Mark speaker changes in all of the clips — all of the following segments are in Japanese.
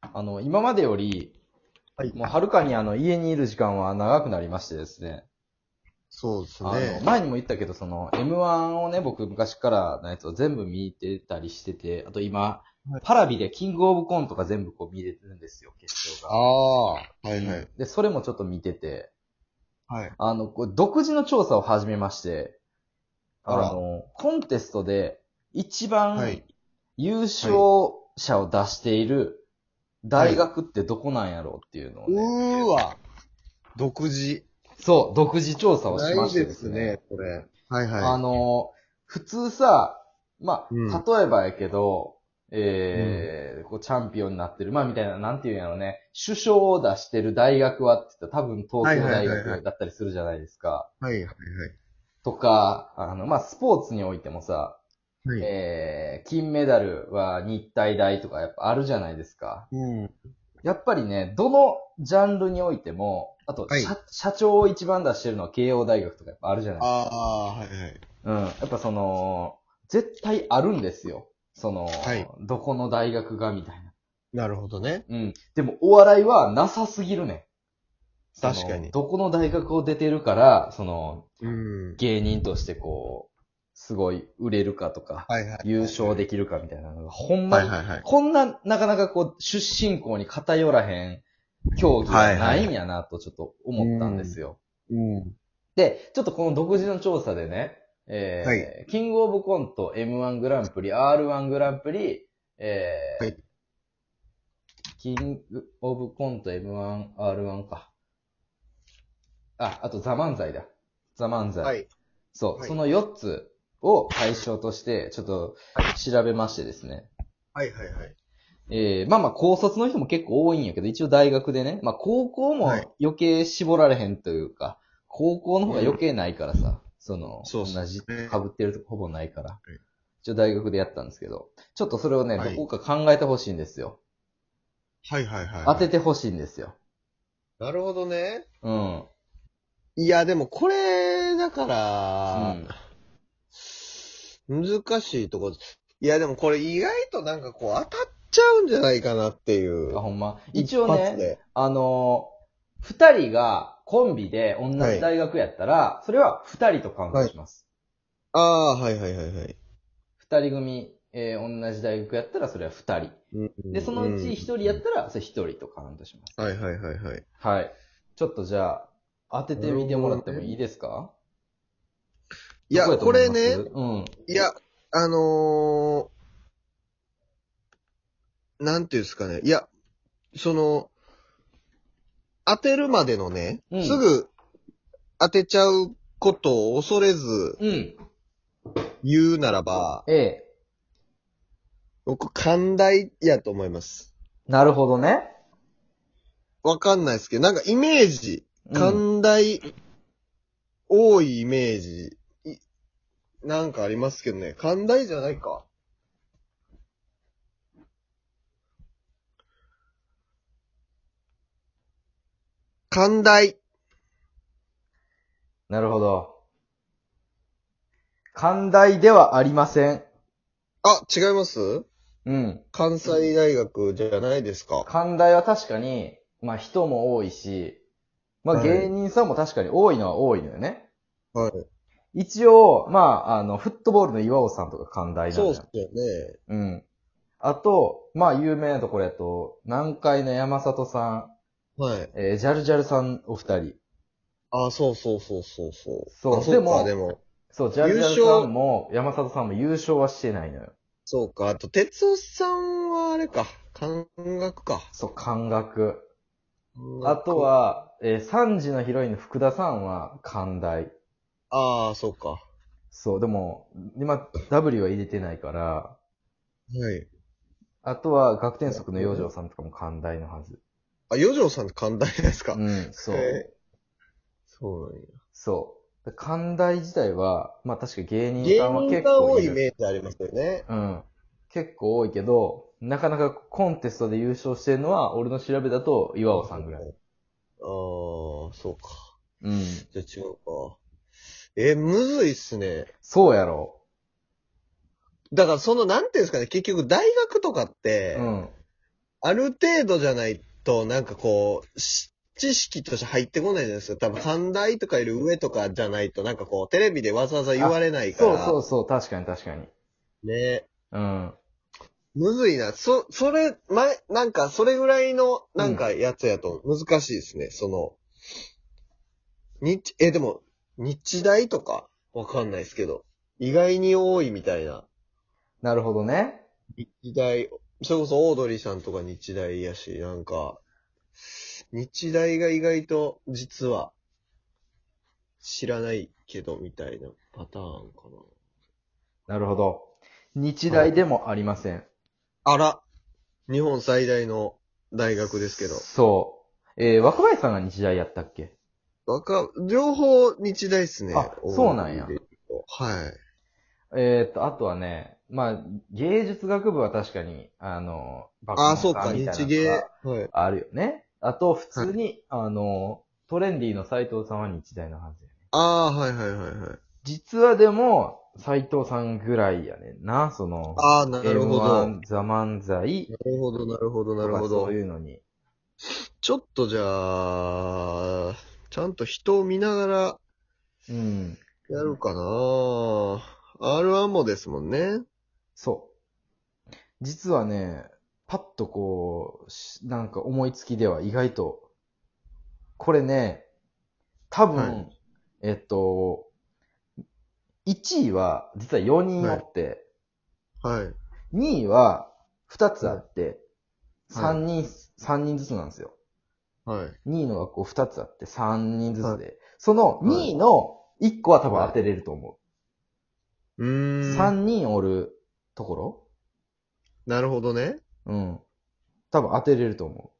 Speaker 1: あの、今までより、
Speaker 2: はい
Speaker 1: もうはるかにあの、家にいる時間は長くなりましてですね。
Speaker 2: そうです
Speaker 1: あの、
Speaker 2: ね。
Speaker 1: 前にも言ったけど、その、M1 をね、僕昔からのやつを全部見てたりしてて、あと今、
Speaker 2: はい
Speaker 1: パラビでキングオブコントが全部こう見れてるんですよ、決勝
Speaker 2: あ
Speaker 1: が。
Speaker 2: あ、はいはい。
Speaker 1: で、それもちょっと見てて、
Speaker 2: はい。
Speaker 1: あの、こう独自の調査を始めまして、あ
Speaker 2: あら
Speaker 1: の、コンテストで一
Speaker 2: は
Speaker 1: 番
Speaker 2: い
Speaker 1: 優勝者を出している大学ってどこなんやろうっていうのをね、
Speaker 2: うーわ。独自。
Speaker 1: そう、独自調査をしましてですね。、
Speaker 2: これ。はい
Speaker 1: あ
Speaker 2: は
Speaker 1: の、普通さ、まあ、
Speaker 2: うん
Speaker 1: 例えばやけど、えーこう、チャンピオンになってる、まあ、みたいな、なんていうんやろね、首相を出してる大学はって言ったら多分東京
Speaker 2: は
Speaker 1: 大
Speaker 2: いはいはいはい
Speaker 1: 学だったりするじゃないですか。
Speaker 2: い。はいはい
Speaker 1: とか、あの、まあ、スポーツにおいてもさ、
Speaker 2: はい。はい。
Speaker 1: えー金メダルは日体大とかやっぱあるじゃないですか。
Speaker 2: うん。
Speaker 1: やっぱりね、どのジャンルにおいても、あと、
Speaker 2: はい
Speaker 1: 社社長を一番出してるのは慶応大学とかやっぱあるじゃないですか
Speaker 2: ああ、はいはい。
Speaker 1: うん。やっぱその、絶対あるんですよ。その、
Speaker 2: はい
Speaker 1: どこの大学がみたいな。
Speaker 2: なるほどね。
Speaker 1: うん。でもお笑いはなさすぎるね。その
Speaker 2: 確かに
Speaker 1: どこの大学を出てるから、その、
Speaker 2: うん。
Speaker 1: 芸人としてこう、すごい売れるかとか、
Speaker 2: はいはい。
Speaker 1: 優勝できるかみたいなのが、ほんま
Speaker 2: はい
Speaker 1: に、
Speaker 2: はいはい。
Speaker 1: こんな、なかなかこう、出身校に偏らへん競技はないんやなとちょっと思ったんですよ。
Speaker 2: うん。
Speaker 1: で、ちょっとこの独自の調査でね、えー
Speaker 2: は
Speaker 1: キングオブコント、M1 グランプリ、R1 グランプリ、えー
Speaker 2: はい
Speaker 1: キングオブコント、M1、R1 か。あ、あとザ・漫才だ。ザ・漫才。
Speaker 2: はい。
Speaker 1: そう、
Speaker 2: はい
Speaker 1: その4つを対象として、ちょっと調べましてですね。
Speaker 2: はいはいはい。
Speaker 1: えーまあまあ、高卒の人も結構多いんやけど、一応大学でね、まあ高校も
Speaker 2: はい
Speaker 1: 余計絞られへんというか、高校の方が余計ないからさ、その、
Speaker 2: そうっすね
Speaker 1: 同じ、被ってるとこほぼないから
Speaker 2: い、
Speaker 1: 一応大学でやったんですけど、ちょっとそれをね、
Speaker 2: はい
Speaker 1: どこか考えてほしいんですよ。
Speaker 2: はいはいはい。
Speaker 1: 当ててほしいんですよ。
Speaker 2: なるほどね。
Speaker 1: うん。
Speaker 2: いや、でもこれ、だから、難しいとこ。いや、でもこれ意外となんかこう当たっちゃうんじゃないかなっていう
Speaker 1: あ、。ほんま。一応
Speaker 2: 一発
Speaker 1: ね、
Speaker 2: で
Speaker 1: あのー二人がコンビで同じ大学やったら、それは二人とカウントします。
Speaker 2: ああ、はいはいはいはい。
Speaker 1: 二人組、えー同じ大学やったら、それは二人。で、そのうち一人やったら、それ一人とカウントします。
Speaker 2: た。はいはいはいはい。
Speaker 1: はい。ちょっとじゃあ、当ててみてもらってもいいですか
Speaker 2: いや、
Speaker 1: ど
Speaker 2: こ
Speaker 1: や
Speaker 2: れ
Speaker 1: と思います
Speaker 2: ね、
Speaker 1: うん。
Speaker 2: いや、あのー、なんていうんですかね。いや、その、当てるまでのね、
Speaker 1: うん
Speaker 2: すぐ当てちゃうことを恐れず
Speaker 1: うん。
Speaker 2: 言うならば、
Speaker 1: ええ。
Speaker 2: 僕、寛大やと思います。
Speaker 1: なるほどね。
Speaker 2: わかんないですけど、なんかイメージ、
Speaker 1: うん
Speaker 2: 寛大、多いイメージ、いなんかありますけどね。寛大じゃないか。寛大。
Speaker 1: なるほど。寛大ではありません。
Speaker 2: あ、違います
Speaker 1: うん。
Speaker 2: 関西大学じゃないですか。
Speaker 1: 寛大は確かに、まあ人も多いし、まあ
Speaker 2: はい
Speaker 1: 芸人さんも確かに多いのは多いのよね。
Speaker 2: はい。
Speaker 1: 一応、まあ、あの、フットボールの岩尾さんとか寛大なの
Speaker 2: そう
Speaker 1: よ
Speaker 2: っすよね。
Speaker 1: うん。あと、まあ、有名なところやと、南海の山里さ
Speaker 2: はい。
Speaker 1: ん、えージャルジャルさんお二人。
Speaker 2: あ、そうそうそうそうそう。
Speaker 1: そう
Speaker 2: あそ
Speaker 1: で
Speaker 2: うか、
Speaker 1: も
Speaker 2: でも。
Speaker 1: そう、ジャルジャ
Speaker 2: 優
Speaker 1: ル
Speaker 2: 勝
Speaker 1: さんも山里さんも優勝はしてないのよ。
Speaker 2: そうか。あと、哲夫さんはあれか。感覚か。
Speaker 1: そう、感覚。あと、は、えー、3時のヒロインの福田さんは寛大。
Speaker 2: ああ、そうか。は
Speaker 1: そう、でも、今、W は入れてないから、
Speaker 2: い。
Speaker 1: あとは、学天則の養生さんとかも寛大のはず。
Speaker 2: あ、四条さんって寛大ですか、
Speaker 1: うん、そう。
Speaker 2: へそうなんや。
Speaker 1: そう。寛大自体は、まあ確か芸人
Speaker 2: 芸
Speaker 1: さんは
Speaker 2: 人
Speaker 1: 結
Speaker 2: が多
Speaker 1: 構
Speaker 2: い
Speaker 1: い
Speaker 2: イ
Speaker 1: る
Speaker 2: メージありますよね。
Speaker 1: うん。結構多いけど、なかなかコンテストで優勝してるのは、俺の調べだと岩尾さんぐら
Speaker 2: あ
Speaker 1: い。
Speaker 2: あー、そうか。
Speaker 1: うん。
Speaker 2: じゃあ違うか。えーむずいっすね。
Speaker 1: そうやろ。
Speaker 2: だからその、なんていうんですかね、結局大学とかって、
Speaker 1: うん。
Speaker 2: ある程度じゃないと、なんかこう、し知識として入ってこないじゃないですか。多分、寛大とかいる上とかじゃないと、なんかこう、テレビでわざわざ言われないか
Speaker 1: そう
Speaker 2: ら。
Speaker 1: そうそう、確かに確かに。
Speaker 2: ね。
Speaker 1: うん。
Speaker 2: むずいな。そ、それ、前、なんか、それぐらいの、なんか、やつやと、難しいですね。その、日、え、でも、日大とか、わかんないですけど、意外に多いみたいな。
Speaker 1: なるほどね。
Speaker 2: 日大、それこそオードリーさんとか日大やし、なんか、日大が意外と、実は、知らないけど、みたいなパターンかな。
Speaker 1: なるほど。日大でもありません。
Speaker 2: あら、日本最大の大学ですけど。
Speaker 1: そう。えー、若林さんが日大やったっけ
Speaker 2: わか、両方日大っすね。
Speaker 1: あそうなんや
Speaker 2: 多いで言うとはい。
Speaker 1: えー、っと、あとはね、まあ、芸術学部は確かに、あの、爆
Speaker 2: ああ、
Speaker 1: 問
Speaker 2: そうか、
Speaker 1: さんみたいなのが
Speaker 2: 日芸。はい。
Speaker 1: あるよね。あと、普通に、あの、トレンディの斎藤さんは日大のはずやね。
Speaker 2: ああー、はいはいはいはい。
Speaker 1: 実はでも、斎藤さんぐらいやねんな、その、
Speaker 2: ああ、なるほど。な
Speaker 1: M1 ザ漫才
Speaker 2: るほど、なるほど、な
Speaker 1: と
Speaker 2: る
Speaker 1: か
Speaker 2: ほ
Speaker 1: そ
Speaker 2: ど
Speaker 1: う。いうのに。
Speaker 2: ちょっとじゃあ、ちゃんと人を見なが
Speaker 1: うん。
Speaker 2: らやるかな。R1 もですもんね。
Speaker 1: そう。実はね、パッとこうし、なんか思いつきでは意外と、これね、多分、
Speaker 2: は
Speaker 1: えっと、1位は実は4人おって、
Speaker 2: はい。
Speaker 1: 2位は2つあって、
Speaker 2: はい
Speaker 1: 3人、三人ずつなんですよ。
Speaker 2: はい。
Speaker 1: 2位の学校2つあって、3人ずつで。その2位の1個は多分当てれると思
Speaker 2: う
Speaker 1: う。
Speaker 2: ーん。
Speaker 1: 3人おるところ
Speaker 2: なるほどね。
Speaker 1: うん。多分当てれると思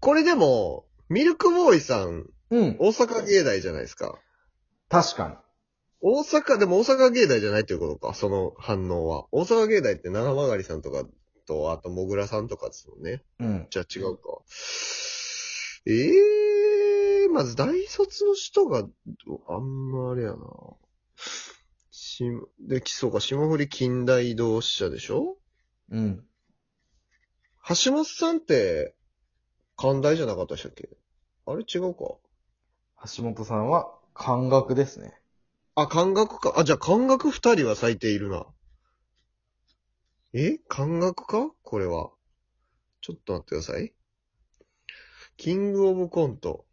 Speaker 2: これでも、ミルクボーイさん、
Speaker 1: う。うん。
Speaker 2: 大阪芸大じゃないですか。
Speaker 1: 確かに。
Speaker 2: 大阪、でも大阪芸大じゃないということか、その反応は。大阪芸大って七曲さんとかと、あともぐらさんとかですもんね。
Speaker 1: うん。
Speaker 2: じゃあ違うか。ええー、まず大卒の人が、あんまあれやな。し、で、そうか、霜降り近代移動支社でしょ
Speaker 1: うん。
Speaker 2: 橋本さんって、寛大じゃなかったでしたっけあれ違うか。
Speaker 1: 橋本さんは、感覚ですね。
Speaker 2: あ、感覚か。あ、じゃあ感覚二人は咲いているな。え感覚かこれは。ちょっと待ってください。キングオブコント。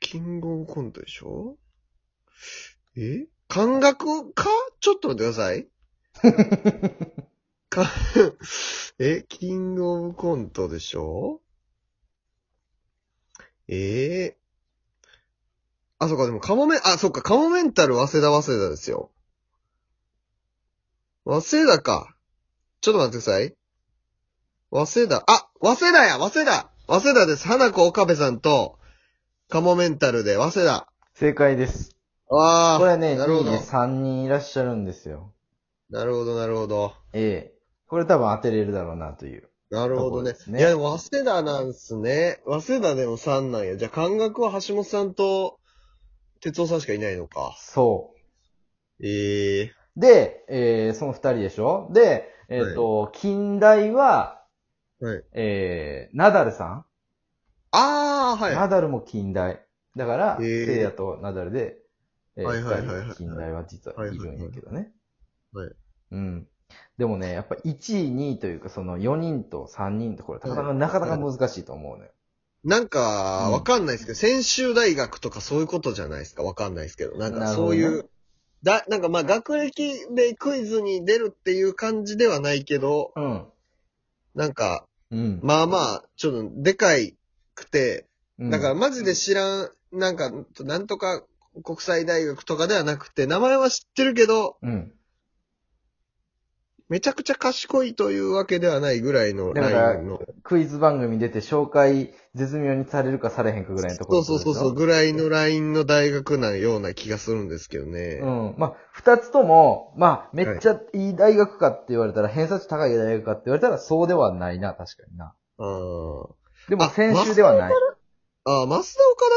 Speaker 2: キングオブコントでしょえ感覚かちょっと待ってください。 か、え、キングオブコントでしょええあ、そうか、でも、カモメ、あ、そうか、カモメンタル、早稲田、早稲田ですよ。早稲田か。ちょっと待ってください。早稲田、あ、早稲田や、早稲田早稲田です。花子岡部さんと、カモメンタルで、早稲田。
Speaker 1: 正解です。
Speaker 2: わー。
Speaker 1: これね、
Speaker 2: なるほ
Speaker 1: いい
Speaker 2: ど。
Speaker 1: ね、3人いらっしゃるんですよ。
Speaker 2: なるほど、なるほど。
Speaker 1: ええこれ多分当てれるだろうなという。
Speaker 2: なるほどね
Speaker 1: ところで。すね
Speaker 2: いや、でも、早稲田なんすね。早稲田でも3なんや。じゃあ、感覚は橋本さんと、哲夫さんしかいないのか。
Speaker 1: そ
Speaker 2: ええ
Speaker 1: う。で、えー、その2人でしょで、えっ、と、近代は、
Speaker 2: はい
Speaker 1: えー、ナダルさん、
Speaker 2: あー、はい。
Speaker 1: ナダルも近代。だから、
Speaker 2: へー
Speaker 1: 聖夜とナダルで、えー
Speaker 2: はいはいはいはい
Speaker 1: 二人近代は実はいるんやけどね。
Speaker 2: はい
Speaker 1: うん。でもね、やっぱ1位、2位というか、その4人と3人とこれ、なかなかなかなか難しいと思うのよ。
Speaker 2: なんか
Speaker 1: う、ん
Speaker 2: わかんないですけど、専修大学とかそういうことじゃないですか。わかんないですけど。なん
Speaker 1: な
Speaker 2: か
Speaker 1: るほど
Speaker 2: そう
Speaker 1: ね
Speaker 2: いう、だ、なんかまあ学歴でクイズに出るっていう感じではないけど、
Speaker 1: うん。
Speaker 2: なんか、
Speaker 1: うん。
Speaker 2: まあまあ、ちょっとでかいくて、
Speaker 1: うん
Speaker 2: だからマジで知らん、なんか、なんとか国際大学とかではなくて、名前は知ってるけど、
Speaker 1: うん。
Speaker 2: めちゃくちゃ賢いというわけではないぐらいの
Speaker 1: だか
Speaker 2: ラ
Speaker 1: ら
Speaker 2: インの。
Speaker 1: クイズ番組出て紹介絶妙にされるかされへんかぐらいのとこ
Speaker 2: そ
Speaker 1: ろ
Speaker 2: うそうそうそう、
Speaker 1: う。
Speaker 2: ぐらいのラインの大学なような気がするんですけどね。
Speaker 1: うん。まあ、二つとも、まあ、めっちゃいい大学かって言われたら、偏差値高い大学かって言われたら、そうではないな、確かにな。
Speaker 2: うん
Speaker 1: でも、
Speaker 2: あ
Speaker 1: 先週ではない。
Speaker 2: あ、増田岡田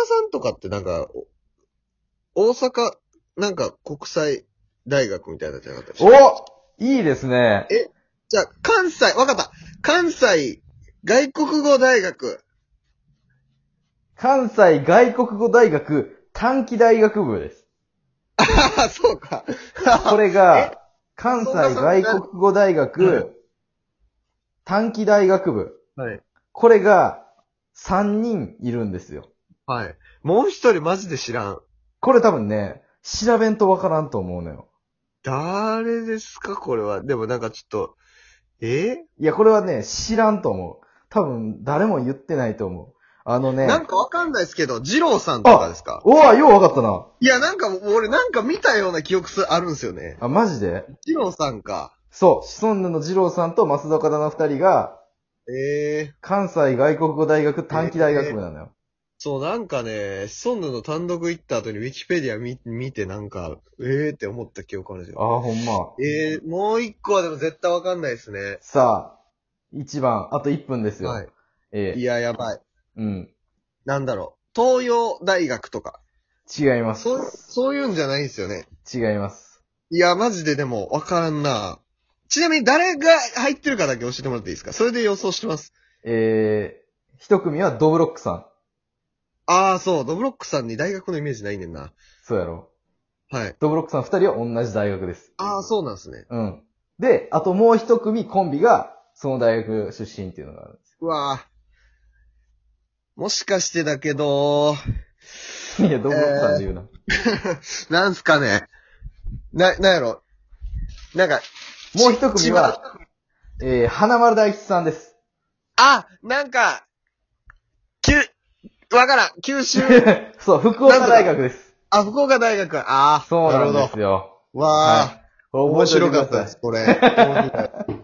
Speaker 2: さんとかってなんか、お大阪、なんか国際大学みたいなのじゃなかったでし
Speaker 1: お
Speaker 2: た
Speaker 1: いいですね。
Speaker 2: えじゃあ、関西、わかった。関西外国語大学。
Speaker 1: 関西外国語大学短期大学部です。
Speaker 2: あははそうか。
Speaker 1: これ
Speaker 2: え
Speaker 1: が、関
Speaker 2: そんな
Speaker 1: 西
Speaker 2: そんな
Speaker 1: 外国語大
Speaker 2: うん
Speaker 1: 学短期大学部。
Speaker 2: はい。
Speaker 1: これが3人いるんですよ。
Speaker 2: はい。もう一人マジで知らん。
Speaker 1: これ多分ね、調べんとわからんと思うのよ。
Speaker 2: 誰ですかこれは。でもなんかちょっと、え
Speaker 1: いや、これはね、知らんと思う。多分、誰も言ってないと思う。あのね。
Speaker 2: なんかわかんないですけど、二郎さんとかですか
Speaker 1: おわ、ようわかったな。
Speaker 2: いや、なんかもう俺なんか見たような記憶すあるんですよね。
Speaker 1: あ、マジで
Speaker 2: 二郎さんか。
Speaker 1: そう、シソンヌの二郎さんと増田岡田の二人が、
Speaker 2: ええ
Speaker 1: 関西外国語大学短期大学部なのよ。
Speaker 2: そう、なんかね、シソンヌの単独行った後にウィキペディア見見てなんか、ええー、って思った記憶あるんですよ。
Speaker 1: ああ、ほんま。
Speaker 2: ええもう一個はでも絶対わかんないですね。
Speaker 1: さあ、一番、あと1分ですよ。
Speaker 2: はい。
Speaker 1: え
Speaker 2: い
Speaker 1: え
Speaker 2: や、やばい。
Speaker 1: うん。
Speaker 2: なんだろう。東洋大学とか。
Speaker 1: 違います。
Speaker 2: そう、そういうんじゃないんですよね。
Speaker 1: 違います。
Speaker 2: いや、マジででも、わからんな。ちなみに誰が入ってるかだけ教えてもらっていいですかそれで予想してます。
Speaker 1: ええ一組はドブロックさん。
Speaker 2: ああ、そう、ドブロックさんに大学のイメージないねんな。
Speaker 1: そうやろ。
Speaker 2: はい。
Speaker 1: ドブロックさん二人は同じ大学です。
Speaker 2: ああ、そうなんですね。
Speaker 1: うん。で、あともう一組コンビが、その大学出身っていうのがあるんです
Speaker 2: うわあ。もしかしてだけど、
Speaker 1: よ。いや、ドブロックさんで言うな。
Speaker 2: なんすかね。な、なんやろ。なんか、
Speaker 1: もう一組は、えー、花丸大吉さんです。
Speaker 2: あ、なんか、きゅ、わからん、九州、
Speaker 1: そう、福岡大学です。
Speaker 2: あ、福岡大学、ああ、
Speaker 1: そうなん
Speaker 2: な
Speaker 1: で
Speaker 2: るほ
Speaker 1: すよ。
Speaker 2: ど。わあ、
Speaker 1: はい。これ覚え
Speaker 2: 面
Speaker 1: ておいて
Speaker 2: 白
Speaker 1: く
Speaker 2: か
Speaker 1: だ
Speaker 2: っ
Speaker 1: さい
Speaker 2: たです、これ。